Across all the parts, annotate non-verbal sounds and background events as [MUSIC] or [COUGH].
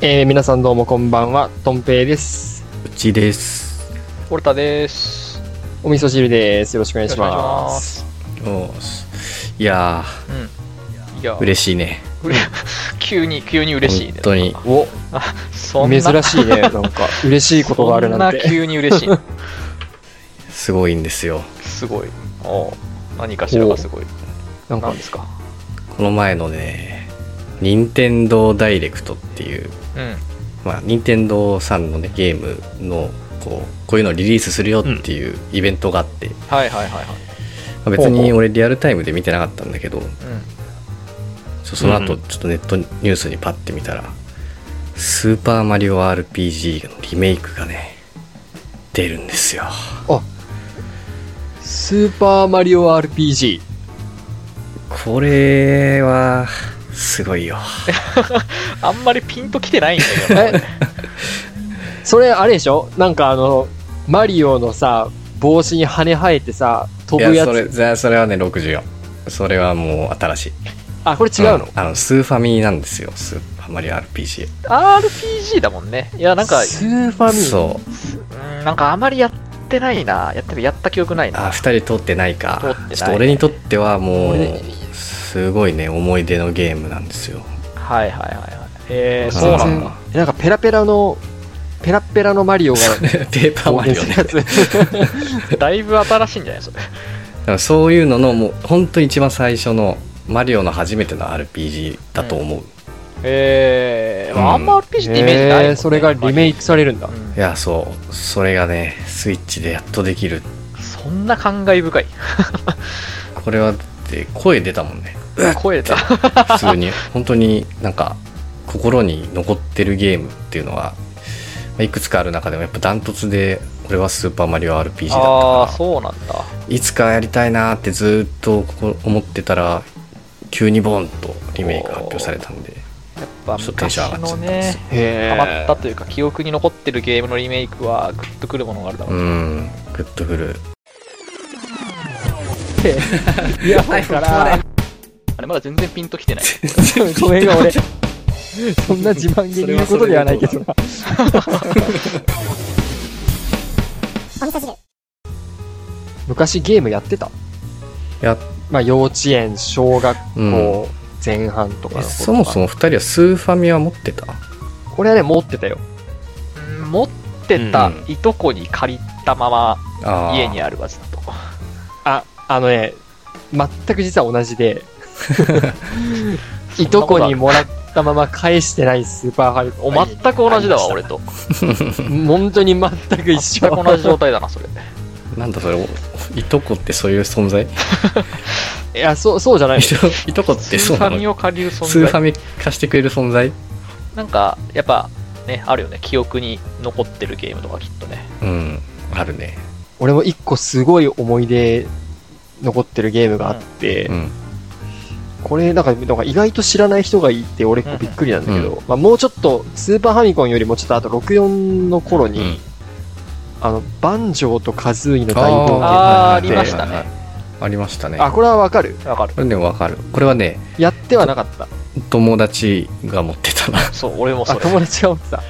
えー皆さんどうもこんばんは、とんぺいです。うちです。オルタです。お味噌汁です。よろしくお願いします。おーしいやいやー、、嬉しいね。うれ [LAUGHS] 急に、急に嬉しいね。本当に。お、そんな。珍しい [LAUGHS] ね。なんか、嬉しいことがあるなんそんなて。急に嬉 [LAUGHS] しい。すごいんですよ。すごい。おう何かしらがすごい。なんなかん、ですか。この前のね、任天堂ダイレクトっていう、うん。まあ、任天堂さんのね、ゲームの、こう、こういうのをリリースするよっていうイベントがあって、まはいはいはいはい。あ別に俺リアルタイムで見てなかったんだけど、ちょそのう後、んちょっとネットニュースにパッて見たら、スーパーマリオ RPG のリメイクがね、出るんですよ。スーパーマリオ RPG。これは、すごいよ。うん。あんまりピンときてないんだ [LAUGHS] けど。え [LAUGHS] それ、あれでしょなんかあの、マリオのさ、帽子に羽生えてさ、飛ぶやいやそれつ。じゃあそれはね64それはもう新しいあ、これ違うの、んあのスーファミなんですよスーパーマリオ RPG RPG だもんね。いや、なんか、スーファミそううんなんかあまりやってないな。やってやった記憶ないあな。 2人撮ってないか撮ってないねちょっと俺にとってはも俺ねうすごいね思い出のゲームなんですよ [LAUGHS] はいはいはいはい。えー、うんそ全うなん然だ。えなんかペラペラの、ペラペラのマリオ [LAUGHS] が、ペーパーマリオね冒険するやつだいぶ新しいんじゃないそれ。だからそういうののもう本当に一番最初のマリオの初めての RPG だと思う、えー、うんあんま RPG ってイメージないもんね、えーそれがリメイクされるんだ。うんいやそうそれがねスイッチでやっとできるそんな感慨深い。これはだって声出たもんね声だ。普通に [LAUGHS] 本当になんか心に残ってるゲームっていうのはまあいくつかある中でもやっぱダントツで俺は「スーパーマリオ RPG」だああったかー、ら [LAUGHS] そうなんだ。いつかやりたいなーってずーっとここ思ってたら急にボンとリメイク発表されたんでやっぱちょっとテン昔ション上がっちゃったのんですねよ、へハーマったというか、記憶に残ってるゲームのリメイクは、グッとくるものがあるだうろう。んグッとくるいや、だから、あれ、まだ全然ピンときてない。ごめん [LAUGHS] が俺、そんな自慢げに言うことではないけどな。昔ゲームやってたやまあ、幼稚園、小学うん校前半とかの頃とかえそもそも2人はスーファミは持ってた俺はね、持ってたよ。うん持ってたうんいとこに借りたままあー家にあるはずだと。あ、あのね、全く実は同じで、いとこにもらったまま返してないスーパーファイブ。お全く同じだわ、あり俺と。ました。本当に全く一全緒。く同じ状態だな、それ。なんだそれおいとこってそういう存在いいや、そう、そうじゃない。と [LAUGHS] いとこってスそーうフなァミのを借りるスー存ファ在。ミ貸してくれる存在なんか、やっぱ、ね、あるよね。記憶に残ってるゲームとか、きっとね。うんあるね俺も一個すごい思い出残ってるゲームがあって、うんこれなんかなんか意外と知らない人がいて俺うんうんびっくりなんだけど、まあ、もうちょっとスーパーファミコンよりもちょっとあと64の頃に、うんあのバンジョーとカズーイの大冒険あーありましたねはいはいありましたねあこれはわかるわかる。これねわかるこれはねやってはなかった友達が持ってたなそう、俺もあそれ。友達が思ってたい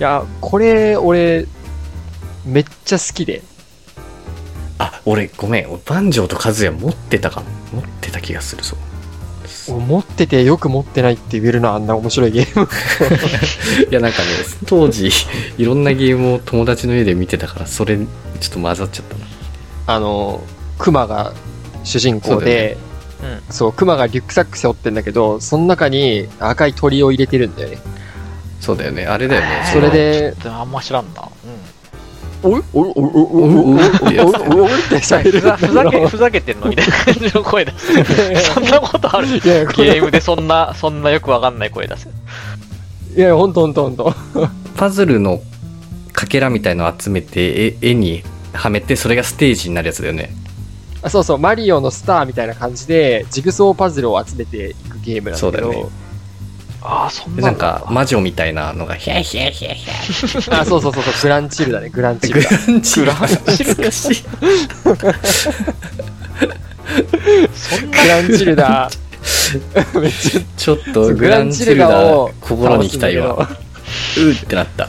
やこれ俺めっちゃ好きで [LAUGHS] あ俺ごめん俺バンジョーとカズヤ持ってたかも持ってた気がするそう俺持っててよく持ってないって言えるなあんな面白いゲーム [LAUGHS] いやなんかね当時いろんなゲームを友達の家で見てたからそれちょっと混ざっちゃったなあのクマが主人公そうだよでそう、クマがリュックサック背負ってんだけど、その中に赤い鳥を入れてるんだよね。そうだよねあれだよねそれで、うん。あんま知らんな。うん。おいおいおいおいおいおいおいおいおいって喋ふるんざだけふざけど。ふざけてんのみ [LAUGHS] たいな感じの声出すそんなことあるいやいや、こゲーれ、ムでそんなそんなよくわかんない声出すいや、ほんとほんとほんと。パズルのかけらみたいのを集めて絵絵にはめてそれがステージになるやつだよねあそうそう、マリオのスターみたいな感じで、ジグソーパズルを集めていくゲームなんだけそうだよど。ああそんでななんんか魔女みたいなのがヒャヒャヒャヒャあ、そうそうそうそう、グランチルだね、グランチグルだ。ランチルル懐かしいそんなグランチルだ。めっちゃちょっとグランチルダー心に来たよ倒すんだうーってなった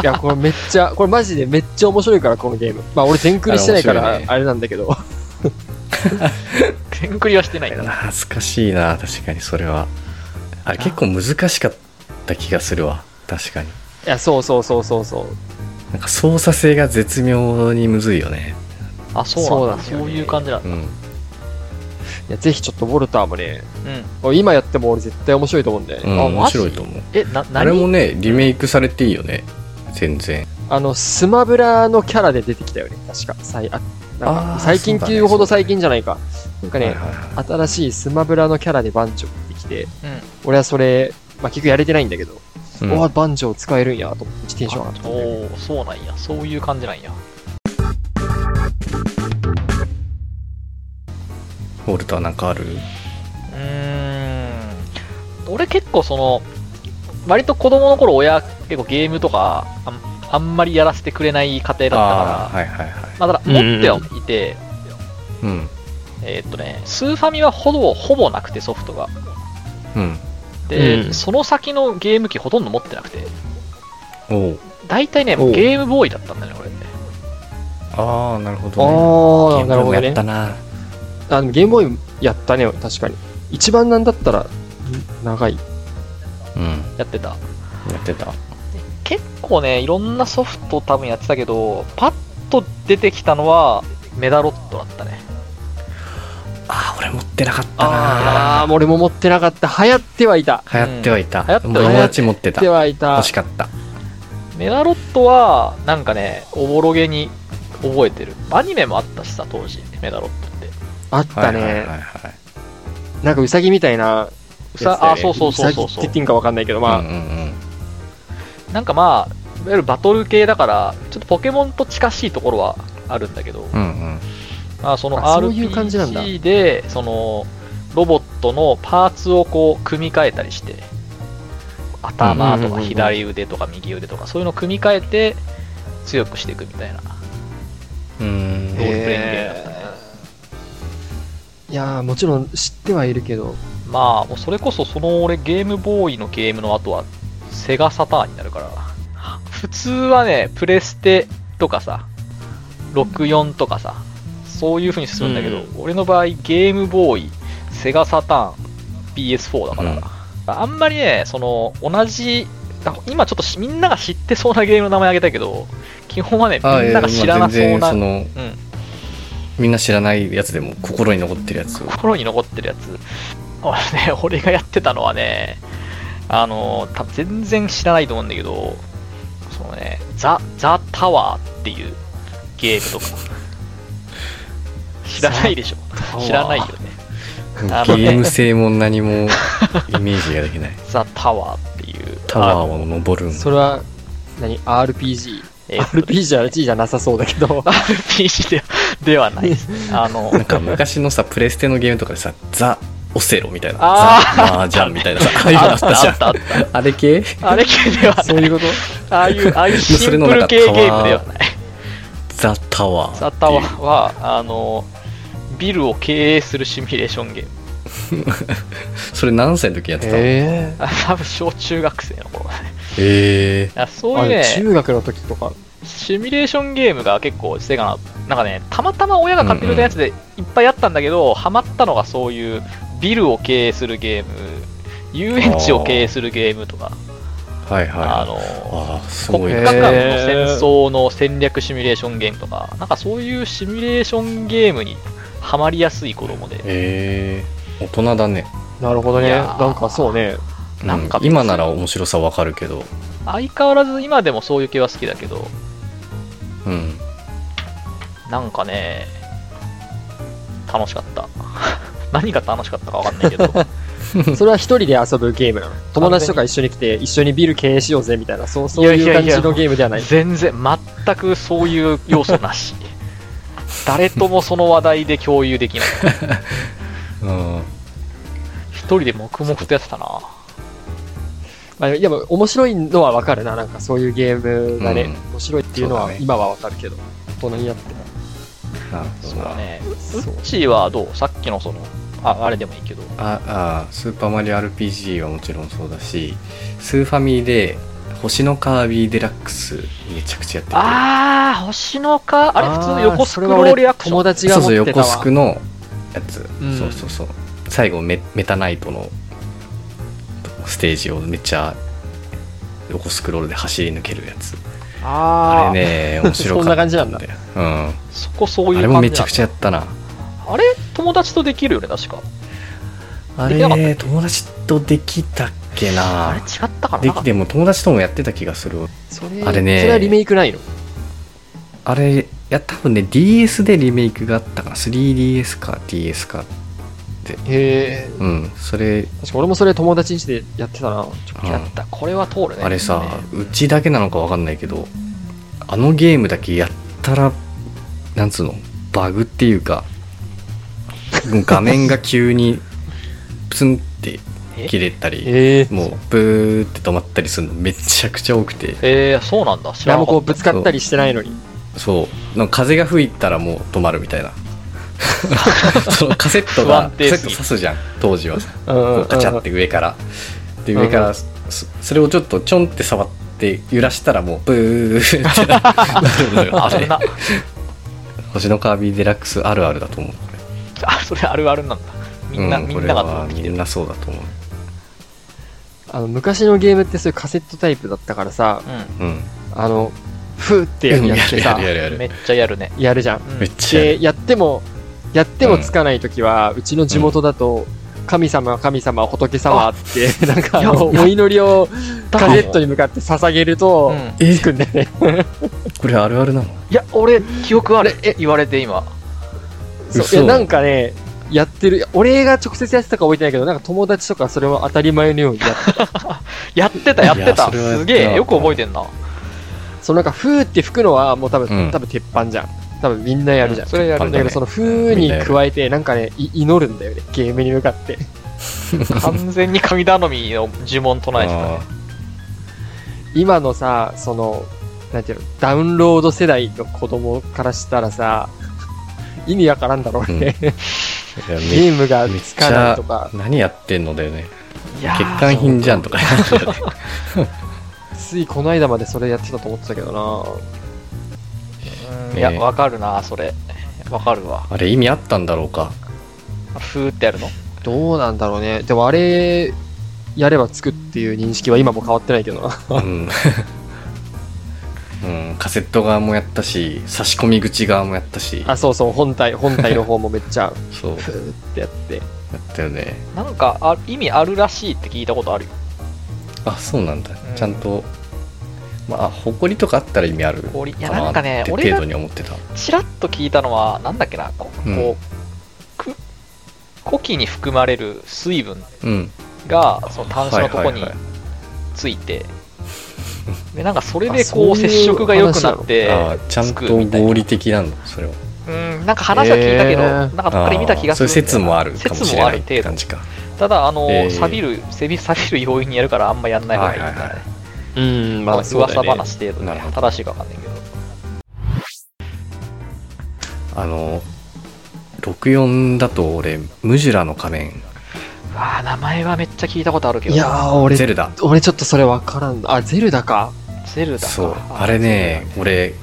けどいや、これめっちゃ、これマジでめっちゃ面白いから、このゲーム。まあ俺全クリしてないかあれ面白らいね、あれなんだけど。全クリはしてないな。懐かしいな確かにそれはあれ結構難しかった気がするわ確かにいや、そうそうそうそうそう。なんか操作性が絶妙にむずいよねあ、そうなんだ。そうなんですよねそういう感じなんだ。うんいや、ぜひちょっとボルターもね、うん。今やっても俺絶対面白いと思うんだようね。んあ面マジ白いと思うえ、な、あれも何ねリメイクされていいよね全然あの、スマブラのキャラで出てきたよね、確か。さいあなんかあー最近っていうほど最近じゃないか。なんかね、はいはいは新しいスマブラのキャラでバンジョー出てきて、うん俺はそれ、まあ、結局やれてないんだけど、いうんおわ、バンジョー使えるんやと思ってテンション上がった。おー、そうなんや。そういう感じなんや。ボルトはなんかあるうーん。俺結構その、割と子供の頃親、結構ゲームとかあん、あんまりやらせてくれない家庭だったああーかはいはいはいら、まあ、ただうんうん持ってはいて、うんえーっとね、スーファミはほぼ、ほぼなくてソフトが。うんで、うんその先のゲーム機ほとんど持ってなくて、おお大体ね、もおううゲームボーイだったんだよね、俺。ああなるほどねあゲあ、なーるムボほどーイやっねた。なあでもゲームボーイやったね、確かに。一番なんだったら、ん長い。うんやってた。やってた結構ね、いろんなソフト多分やってたけど、パッと出てきたのは、メダロットだったね。ああ俺持ってなかったなああー、俺も持ってなかった。流行ってはいた。流行ってはいた、ん流行ってはい友た達持っ流て行たってはいた欲し。かったメダロットは、なんかね、おぼろげに覚えてる。アニメもあったしさ、当時、メダロットって。あったはいはいねは。いはいなんかウサギみたいな、うさやつだよあ、そうそうそうそうウサギってそ言っていいんかわかんないけど、まあ、うんうんうんう。なんかまあ、いわゆるバトル系だから、ちょっとポケモンと近しいところはあるんだけど、うんまあ、そのあそういう感じなんだ RPG で、その、ロボットのパーツをこう、組み替えたりして、頭うんうんとうんうかん左腕とか右腕とか、そういうのを組み替えて、強くしていくみたいな。うんうロールプレイんングゲームだったねいやーもちろん知ってはいるけど、まあ、もうそれこそその俺ゲームボーイのゲームの後はセガサターンになるから、普通はね、プレステとかさ、64とかさ、そういう風に進むんだけど、う俺の場合ゲームボーイ、セガサターン、PS4 だから、うんあんまりね、その同じ、なんか今ちょっとしみんなが知ってそうなゲームの名前あげたけど、基本はね、あーみんなが知らなそういやまあな、全然そのうん、みんな知らないやつでも心に残ってるや [LAUGHS] つを心に残ってるやつ。俺ね、 [LAUGHS] 俺がやってたのはね、あの、多分全然知らないと思うんだけど、そのね、ザ・ザ・タワーっていうゲームとか。知らないでしょ知らないよね。ゲあのねーム性も何 [LAUGHS] もイメージができないザ・タワーっていう。タワー。ーを登るんそれは、何 ?RPG?RPG えーじゃ、じゃなさそうだけど。 RPG でではないです。あの、なんか昔のさプレステのゲームとかでさザ・オセロみたいなあザ・マージャンみたいなさああいうのああっったじゃたあん [LAUGHS] ったあっあれ系た。あれ系ではそうないい。う [LAUGHS] ことああいう、ああいうシそれンのプなんルか系ゲームではない。ザ・タワーザ・タワーは、あの、ビルを経営するシミュレーションゲーム。それ何歳の時やってたのええあ [LAUGHS] 多分小中学生の頃だね。えあそうあいうれね、中学の時とか。シミュレーションゲームが結構してかな、なんかね、たまたま親が買ってくれたやつでいっぱいあったんだけど、ハマったのがそういうビルを経営するゲーム、遊園地を経営するゲームとか、はいはいああの、あすご国い家へねー間の戦争の戦略シミュレーションゲームとか、なんかそういうシミュレーションゲームにハマりやすい子供で、ええ大人だねなるほどいね。やーなんかそうね。うんなんか今なら面白さわかるけど相変わらず今でもそういう系は好きだけど、うんなんかね、楽しかった。 [LAUGHS] 何が楽しかったかわかんないけど、それは一人で遊ぶゲームな [LAUGHS] の。友達とか一緒に来て、一緒にビル経営しようぜみたいな、そうそういやいいうやい感やじのゲームではない。全然、全くそういう要素なし。誰ともその話題で共有できない。うん一人で黙々とやってたな。まあ、いや、でも面白いのはわかるな。なんかそういうゲームがね、うん面白いっていうのそうはだね今はわかるけど、大人になってもなるほそどうなね。うそう [LAUGHS] っちーはどうさっきのその、ああれでもいいけどああスーパーマリオ RPG はもちろんそうだしスーファミで星のカービィデラックスめちゃくちゃやっててああ星のかあれ普通の横スクロあーそルれは俺アクショ友ン達そがう持そうってた横わスクのやつ、うんそうそうそう最後メメタナイトのステージをめっちゃ横スクロールで走り抜けるやつああーれね面白かったそんな感じなんだだよ、うん、あそこそういう感じれもめちゃくちゃゃやったなあれ友達とできるよね確かあできなかったれ友達とできたっけあなれ違ったからでなきでも友達ともやってた気がするそれあれねそれはリメイクないのあれいや多分ね DS でリメイクがあったかな 3DS か DS かへえうんそれ確か俺もそれ友達ん家でやってたなちょうんやったこれは通るねあれさうちだけなのかわかんないけどあのゲームだけやったらなんつうのバグっていう [LAUGHS] か画面が急にプツンって切れたりええもうブーって止まったりするのめちゃくちゃ多くてえー、そうなんだ知らラなムかコっぶつかったりしてないのにそうなんか風が吹いたらもう止まるみたいな [LAUGHS] そのカセット不が安カセ定ッすトぎ刺すじゃん当時はさうんこうガチャって上からで上からそそれをちょっとちょんって触って揺らしたらもうブーってななるの [LAUGHS] よあたれな星のカービィデラックスあるあるだと思うこ [LAUGHS] あそれあるあるなんだみれんな、うみこんれながは通っみてきてんるなそうだと思うあの昔のゲームってそういうカセットタイプだったからさううんあのフーってやるやつでさやるやるやんるめっちゃやるね、やるじゃんうんめっちゃやるでやってもやってもつかない時は、うちの地元だと、神様神様仏様ってなんかあのお祈りをだカセットに向かって捧げると、うんえつくんだよねこれあるあるなのいや俺記憶あるえ言われて今そう嘘いやなんかねやってる俺が直接やってたか覚えてないけどなんか友達とかそれを当たり前のように [LAUGHS] やってやってたやっていやたそれはやってなかすったげえよく覚えてんなそのなんかフーって吹くのはもう多分、うん多分鉄板じゃん多分みんなやるじゃん、それやパるンだダけねどその風に加えてなんかねい祈るんだよねゲームに向かって完全に神頼みの呪文唱えてたねあ今のさそのなんていうのダウンロード世代の子供からしたらさ意味わからんだろ [LAUGHS] うね、ゲーいや [LAUGHS] めームがめっつちかないゃとか何やってんのだよねいや欠ー陥品じゃんとかついこの間までそれやってたと思ってたけどうんいやわかるなそれわかるわ [LAUGHS] あれ意味あったんだろう [LAUGHS] かふーってやるのなどうなんだろうねでもあれやればつくっていう認識は今も変わってないけどなうん、うん、カセット側もやったし差し込み口側もやったし [LAUGHS] あそうそう本体本体の方もめっちゃそうふーってやってやったよ [LAUGHS] ねなんかあ意味あるらしいって聞いたことあるよあそうなんだ、うんちゃんとまあ埃とかあったら意味あるか俺いやななんっかねて俺程が度に思ってたちらっと聞いたのはなんだっけなこうんこう、く呼気に含まれる水分うんがその端子のとこはにいはいはつ [LAUGHS] いて、でなんかそれであそういこうう接触が良くなっいてあーちゃんつくみたいとな合理的なんだそれはうんなんか話は聞いたけど、へーなんかどっかで見た気がすあーそうるいう説もあるかもし説れもあないるって程感度じかただあの、えー錆びる錆び錆びる要因にやるからあんまやんない方がいいみたいなね、はいはいはうんまあ、噂話程度なでるほど正しいかわかんないけどあの64だと俺ムジュラの仮面うわあ名前はめっちゃ聞いたことあるけどいやー俺ゼルダ俺ちょっとそれわからんあゼルダかゼルダかそうあれね俺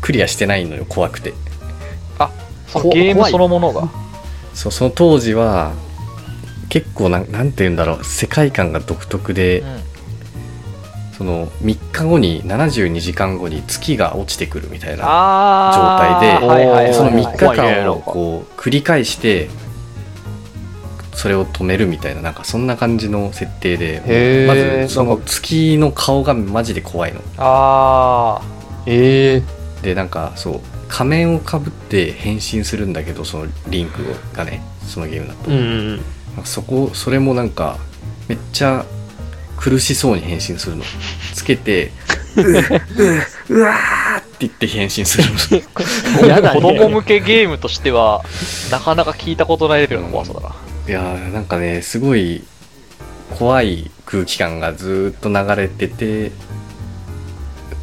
クリアしてないのよ怖くてそのゲームそのものがそうその当時は結構なんなんて言うんだろう世界観が独特で、うその3日後に72時間後に月が落ちてくるみたいん、なああ状態ではいはいはいはい、ーそのみ3日間をこう繰り返してそれを止めるみたいななんかそんな感じの設定でへーまずそなのんか月の顔がマジで怖いのあええでなんかそう仮面をかぶって変身するんだけどそのリンクがねそのゲームだと、うんうんなんかそこそれもなんかめっちゃ苦しそうに変身するのつけてうわーって言って変身するのうんやだあ子ね供向けゲームとしてはなかなか聞いたことないレベルの怖さだな、いやーなんかねすごい怖い空気感がずーっと流れてて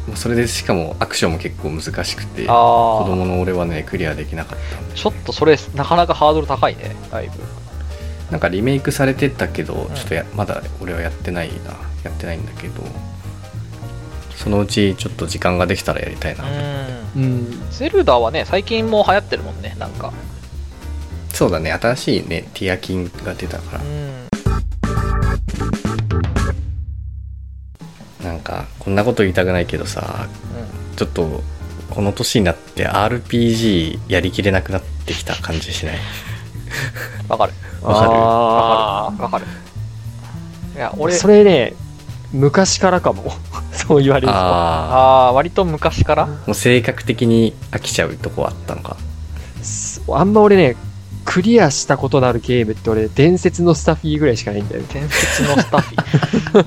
もうそれでしかもアクションも結構難しくて子ああ供の俺はねクリアできなかったんでちょっとそれなかなかハードル高いねだいぶなんかリメイクされてたけど、んちょっとやまだ俺はやってないなやってないんだけどそのうちちょっと時間ができたらやりたいな、うんうん。ゼルダはね最近も流行ってるもんねなんかそうだね新しいねティアキンが出たからうんなんかこんなこと言いたくないけどさちょっとこの年になって RPG やりきれなくなってきた感じしないわかるわかるあわかるいやあ。俺それね、昔からかも。 [LAUGHS] そう言われると。あああー割と昔からあもう性格的に飽きちゃうとこあったのかすあんま俺ね、クリアしたことのあるゲームって俺、伝説のスタッフィーぐらいしかないんだよ。伝説のスタッフ [LAUGHS] ィ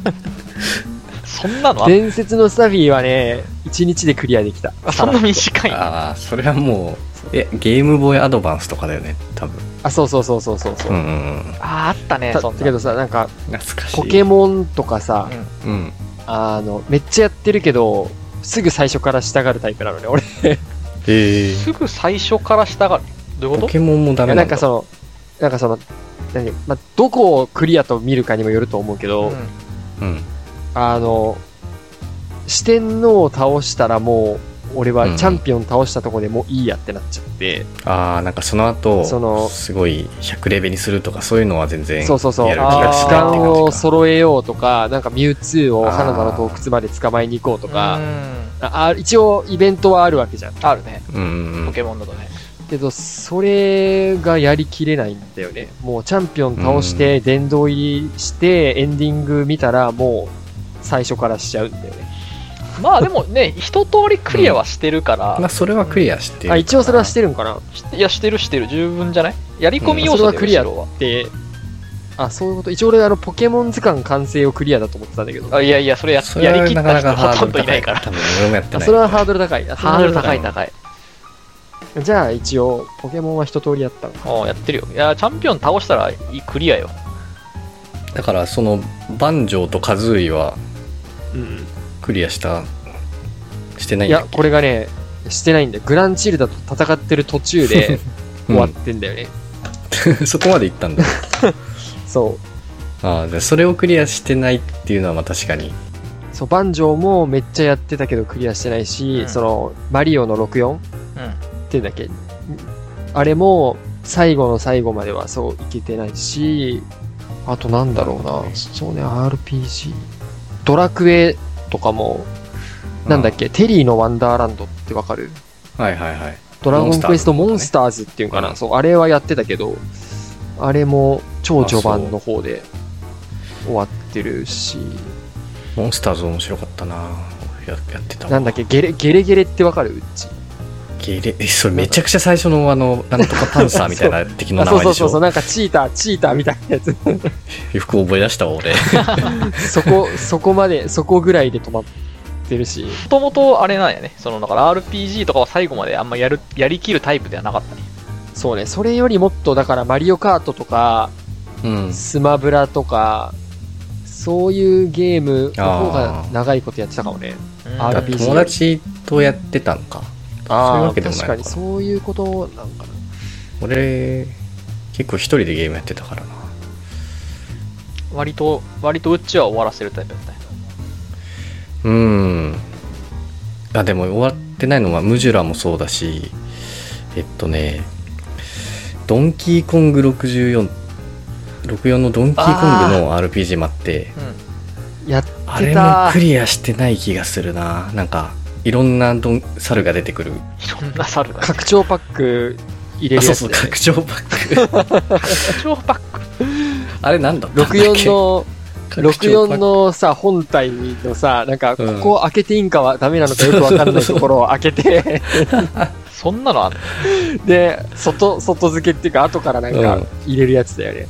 そんなのあっ伝説のスタフィーはね、1日でクリアできた。そんな短いああそれはもうえゲームボーイアドバンスとかだよね多分あ、そうそうそうそうそうそう。うんうんうんあああったねたそだんなけどさ、なんか、懐かしいポケモンとかさ、うんうんあの、めっちゃやってるけど、すぐ最初から従うタイプなのね、俺。いえすぐ最初から従うどういうポこケモンもダメやななんんだかその、なんかその、何まあ、どこをクリアと見るかにもよると思うけとど、うんうんあの、四天王を倒したらもう、俺うんはチャンピオン倒したとこでもういいやってなっちゃって、ああなんかその後そのすごい100レベルにするとかそういうのは全然そうそうそう、や時る気がしないって間感をじか揃えようとか、なんかミュウツーを花田の洞窟まで捕まえに行こうとうか、んああ一応イベントはあるわけじゃん。あるねうんうんうポんケモンだとねけど、それがやりきれないんだよね。もうチャンピオン倒して、殿堂入りして、エンディング見たら、もう最初からしちゃうんだよね。まあでも [LAUGHS] ね一通りクリアはしてるから、まあそれはクリアしてるあ、一応それはしてるんかなっしていやしてるしてる十分じゃないやり込み要うんそれ素はでクリアはて、あ、そういうこと。一応俺、あの、ポケモン図鑑完成をクリアだと思ってたんだけど。あいやいやそれやそれやはりきっなかたな人かハほーとドんルど高いないいかからら多分俺もやってあ、ないそれはハードル高い。あハードル高いハー高いドル高いじゃあ、一応、ポケモンは一通りやったのか。おうやってるよいやチャンピオン倒したらいいクリアよだからそのバンジョーとカズーイはうん。クリアしたしてないいんだやっ、けこれがね、してないんだよ。グランチルダと戦ってる途中 [LAUGHS] で終わってんだよね。うん [LAUGHS] そこまで行ったんだそう。ああじゃあそれをクリアしてないっていうのはまあ確かにそう、バンジョーもめっちゃやってたけどクリアしてないし、うんその、マリオの 64? っうんてんだっけあれも、最後の最後まではそういけてないし、あとなんだろうな、そうね、RPG。ドラクエとかも、なんだっけ、テリーのワンダーランドってわかるはいはいはいドラゴンクエストモモンンススターズっていうかな、うんそう、あれはやってたけど、あれも超序盤の方で終わってるし、モンスターズ面白かったなややってたわなんだっけ、ゲレゲレゲレってわかるうち。ゲレえそれめちゃくちゃ最初のあのなんとかパンサーみたいな敵のあ名そう前そでうしそうそうょなんかチーターチーターみたいなや [LAUGHS] つよく覚え出したわ俺そこそこまでそこぐらいで止まってるしもともとあれなんやねそのだから RPG とかは最後まであんまやるやりきるタイプではなかったねそうねそれよりもっとだからマリオカートとかうんスマブラとかそういうゲームの方があー長いことやってたかもねうんあだ RPG 友達とやってたのかそういうわけでもない確のかかになそういうことなんかな俺結構一人でゲームやってたからな割と割とうちは終わらせるタイプだったねうんあでも終わってないのはムジュラもそうだしえっとねドンキーコング6464のドンキーコングの RPG もあってやっあてれたもクリアしてない気がするななんかいろんなドン猿が出てくるうんいろんな猿が拡張パック入れあるそうやつそうだよね拡張パック拡張パック [LAUGHS] あれなんだったんだっけ64の拡張パ64ックのさ、本体のさ、なんか、こうんこ開けていいんかはダメなのかよくわかんないところを開けて、そんなのあんので、外、外付けっていうか、後からなんうかん入れるやつだよね。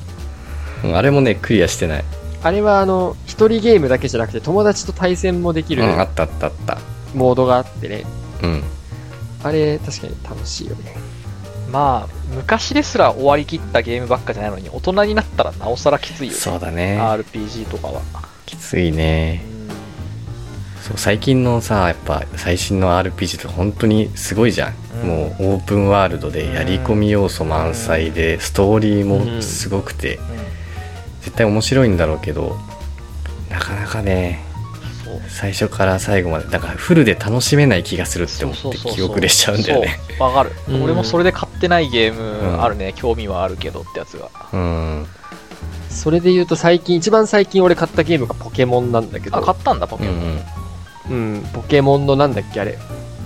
うんあれもねクリアしてない、あれはあの、一人ゲームだけじゃなくて、友達と対戦もできうるん、あったあったあったモードがあってね。うんあれ、確かに楽しいよね。まあ昔ですら終わりきったゲームばっかじゃないのに大人になったらなおさらきついよねそうだね RPG とかはきついねそう最近のさやっぱ最新の RPG って本当にすごいじゃん、うんもうオープンワールドでやり込み要素満載で、ストーリーもすごくて、絶対面白いんだろうけどなかなかねそう最初から最後までだからフルで楽しめない気がするって思って記憶れしちゃうんだよねそうわかるうん俺もそれで買ってないゲームんあるね、興味はあるけどってやつがうんそれで言うと最近、一番最近俺買ったゲームがポケモンなんだけど、あ買ったんだポうケんうモン、んうん、ポケモンのなんだっけあれ、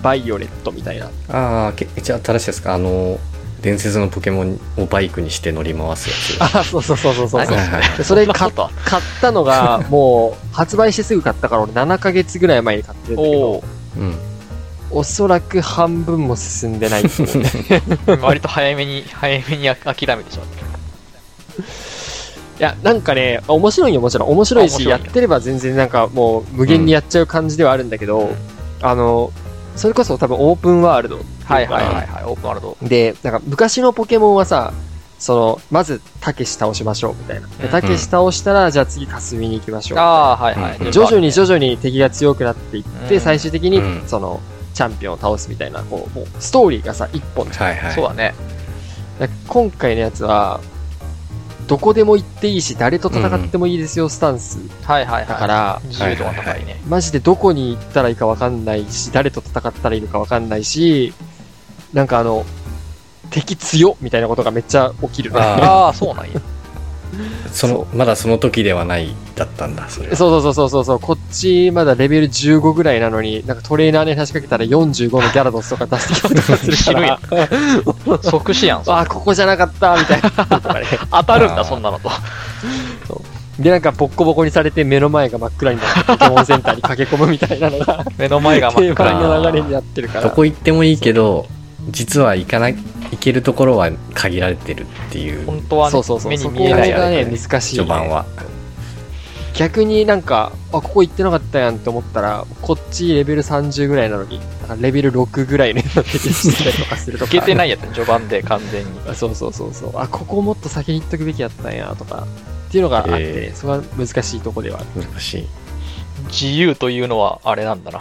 バイオレットみたいな。ああ一応新しいですかあの伝説のポケモンをバイクにして乗り回すやあ、そうそうそうそうそう何そそうれ。でそれそんな買っことあ買ったのが、もう、発売してすぐ買ったから、俺7ヶ月ぐらい前に買ってるんだけおどお、つうんおそらく半分も進んでないっていうね割と早めに [LAUGHS] 早めにあ諦めてしまったいや、なんかね、面白いよ、もちろん。面白いあ面し、白いやよってれば全然なんかもう、無限にやっちゃう感じではあるんだけど、んあの、それこそ多分オープンワールドっていうかはいはいはいはいオープンワールドで、なんか昔のポケモンはさ、その、まず、たけし倒しましょう、みたいな。うで、んたけし倒したら、じゃあ次、かすみに行きましょう。ああはいはい、うん徐々に順徐々に敵が強くなっていって、うん最終的に、うんその、チャンピオンを倒すみたいな、こう、もう、ストーリーがさ、一本じゃんはいは番いねそうだねだから今回のやつは、どこでも行っていいし、誰と戦ってもいいですよ、スタンス。はいはいはいだから、自由度が高いね、マジでどこに行ったらいいかわかんないし、誰と戦ったらいいのかわかんないし、なんかあの、敵強っみたいなことがめっちゃ起きる。あああそうなんやそのまだその時ではないだったんだそれ [LAUGHS] はそうそうそうそうそう、こっちまだレベル15ぐらいなのに、なんかトレーナーに話しかけたら45のギャラドスとか出してきたりとかするか [LAUGHS] ら、即死やんそれあ、ここじゃなかった、みたいなとかね。当たるんあーだそんなのとで、なんかボッコボコにされて目の前が真っ暗になってポケモンセンターに駆け込むみたいなのが、目の前が真定っ暗に番なのる流れになってるかどら。こ行ってもいいけど実は行かない行けるところは限られてるっていう本当は、ね、そうそうそう。目そにこ見えないがね、ね難しい、ね。序盤は逆になんか、あ、ここ行ってなかったやんって思ったら、こっちレベル30ぐらいなのに、なんかレベル6ぐらいになってきたりとかするといか。けてないやつ序盤で完全にあそうそうそうそう。あ、ここもっと先に行っとくべきやったんや、とか。っていうのがあってね、えーそれは難しいとこではある。難しい自由というのはあれなんだな、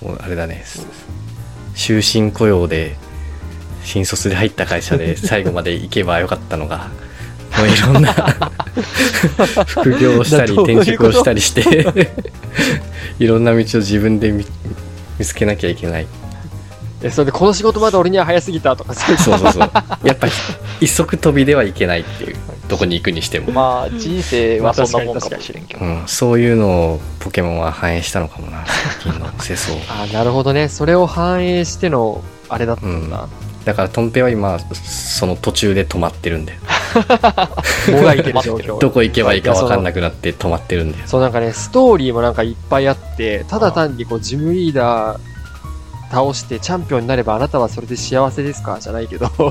もうあれだね終身雇用で新卒で入った会社 [LAUGHS] で最後まで行けばよかったのがもういろんな副業をしたりどういうこと転職をしたりして [LAUGHS] いろんな道を自分で見見つけなきゃいけないえ、それで、この仕事まだ俺には早すぎたとか、そういうそうそうそうやっぱ一足飛びではいけないっていうどこに行くにしてもうん、まあ人生はそんなもんかもしれんけど、うん、そういうのをポケモンは反映したのかもな最近の世相あ、なるほどね。それを反映しての、あれだったんだ。だからトンペは今その途中で止まってるんだよもがいてる [LAUGHS] 状況。どこ行けばいいか分かんなくなって止まってるんだ [LAUGHS] よそうなんかね、ストーリーもなんかいっぱいあって、ただ単にこう、ジムリーダー倒してチャンピオンになればあなたはそれで幸せですかじゃない [LAUGHS] けど、そ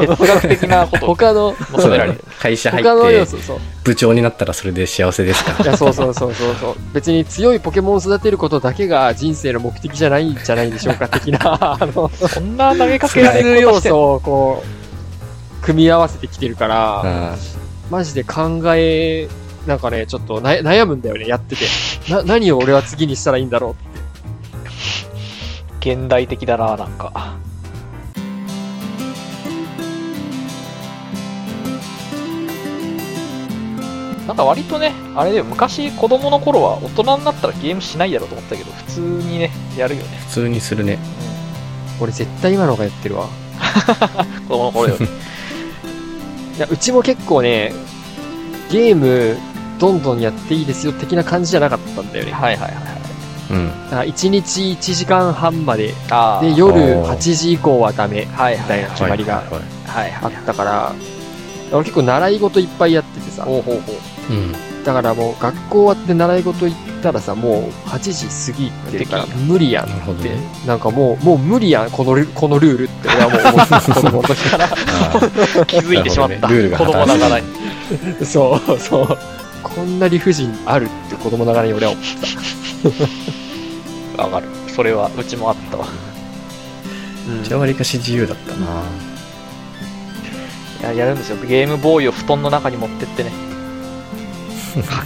う哲学的なことを他の、求められる会社入他の要って素、そう。部長になったらそれで幸せですかいや、そうそうそうそうそう。別に強いポケモンを育てることだけが人生の目的じゃないんじゃないでしょうか、的な、 [LAUGHS] あの、そんな投げかけ複られ数る要こと素をこう、組み合わせてきてるから、うんマジで考え、なんかね、ちょっとな悩むんだよね、やってて。な、何を俺は次にしたらいいんだろう現代的だななんかなんか割とねあれで昔子供の頃は大人になったらゲームしないやろうと思ってたけど普通にねやるよね普通にするね俺絶対今の方がやってるわ。子供の頃 [LAUGHS] よりいや、うちも結構ね、ゲーム、どんどんやっていいですよ、的な感じじゃなかったんだよね。はいはいはいはいうんだから1日1時間半まで、ああで、夜おー8時以降はダメ、はいみはたいいなはい決まりはがいはいはいはいあはっいたから、俺結構習い事いっぱいやっててさ、ほうほうほううんだからもう学校終わって習い事行ったらさ、もう8時過ぎってるからでき無理やんなるほどってね、 [LAUGHS] なんかもう、もう無理やん、このルこのルールって、俺はもう [LAUGHS] 思ってた子供の時かあー気づいてしまっなた、るほ子どねルールが供働ないが [LAUGHS] らにら。そう、そう。こんな理不尽あるって子供ながらに俺は思ってた。わかるそれはうちもあったわうんうちはわりかし自由だったないややるんですよゲームボーイを布団の中に持ってってね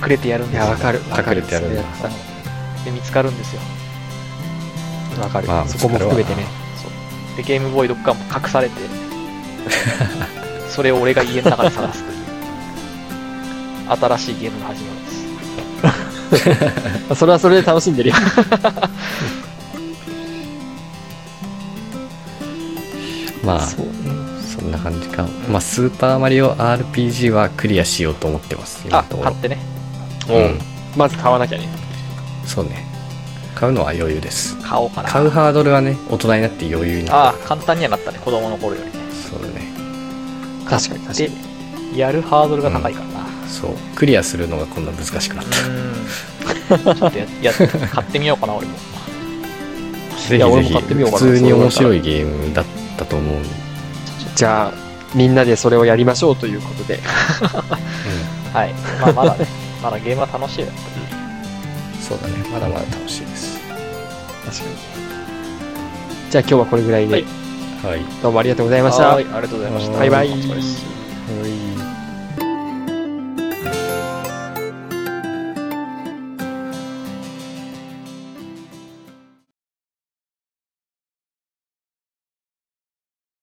隠れてやるんいですや、よわかる。わか隠れる。てやるんだそれはで見つかるんですよわかる、まあそこも含めてね。そうでゲームボーイどっかも隠され [LAUGHS] てそれを俺が家の中で探すという新しいゲームが始まるんですまあそれはそれで楽しんでるよ。まあそうね。そんな感じかまあスーパーマリオ RPG はクリアしようと思ってます今あのとこ買ろってねおううんまず買わなきゃね。そうね買うのは余裕です買おうかな買うハードルはね大人になって余裕になあるあ簡単にはなったね子供の頃よりねそうだね確かに確かでに。やるハードルが高いからなそうクリアするのがこんな難しくなっうーんちょっとや [LAUGHS] や買ってみようかな俺もたぜひ俺もぜひ買ってみようか普な通に面白いゲームだったと思う、うん、じゃあ、みんなでそれをやりましょうということで。はいまあまだねまだゲームは楽しいよやっぱそうだねまだまだ楽しいです確かに。じゃあ今日はこれぐらいで、はいはいどうもありがとうございりました。はいありがとうございましたバイバイお疲れ様ですはい